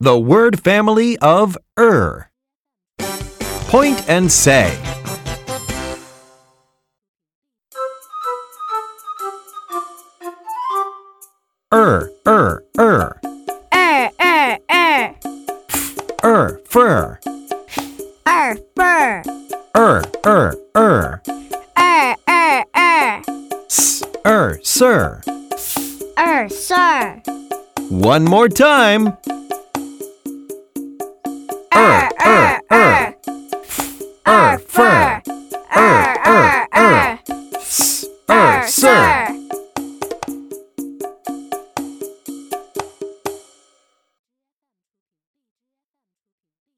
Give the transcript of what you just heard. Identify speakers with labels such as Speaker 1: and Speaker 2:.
Speaker 1: The word family of er. Point and say. Er, er, er,
Speaker 2: 二二
Speaker 1: er,
Speaker 2: 二
Speaker 1: fur.
Speaker 2: 二份儿，
Speaker 1: Er, er, er.
Speaker 2: 二二二
Speaker 1: S, er, sir.
Speaker 2: 二穗儿，
Speaker 1: One more time.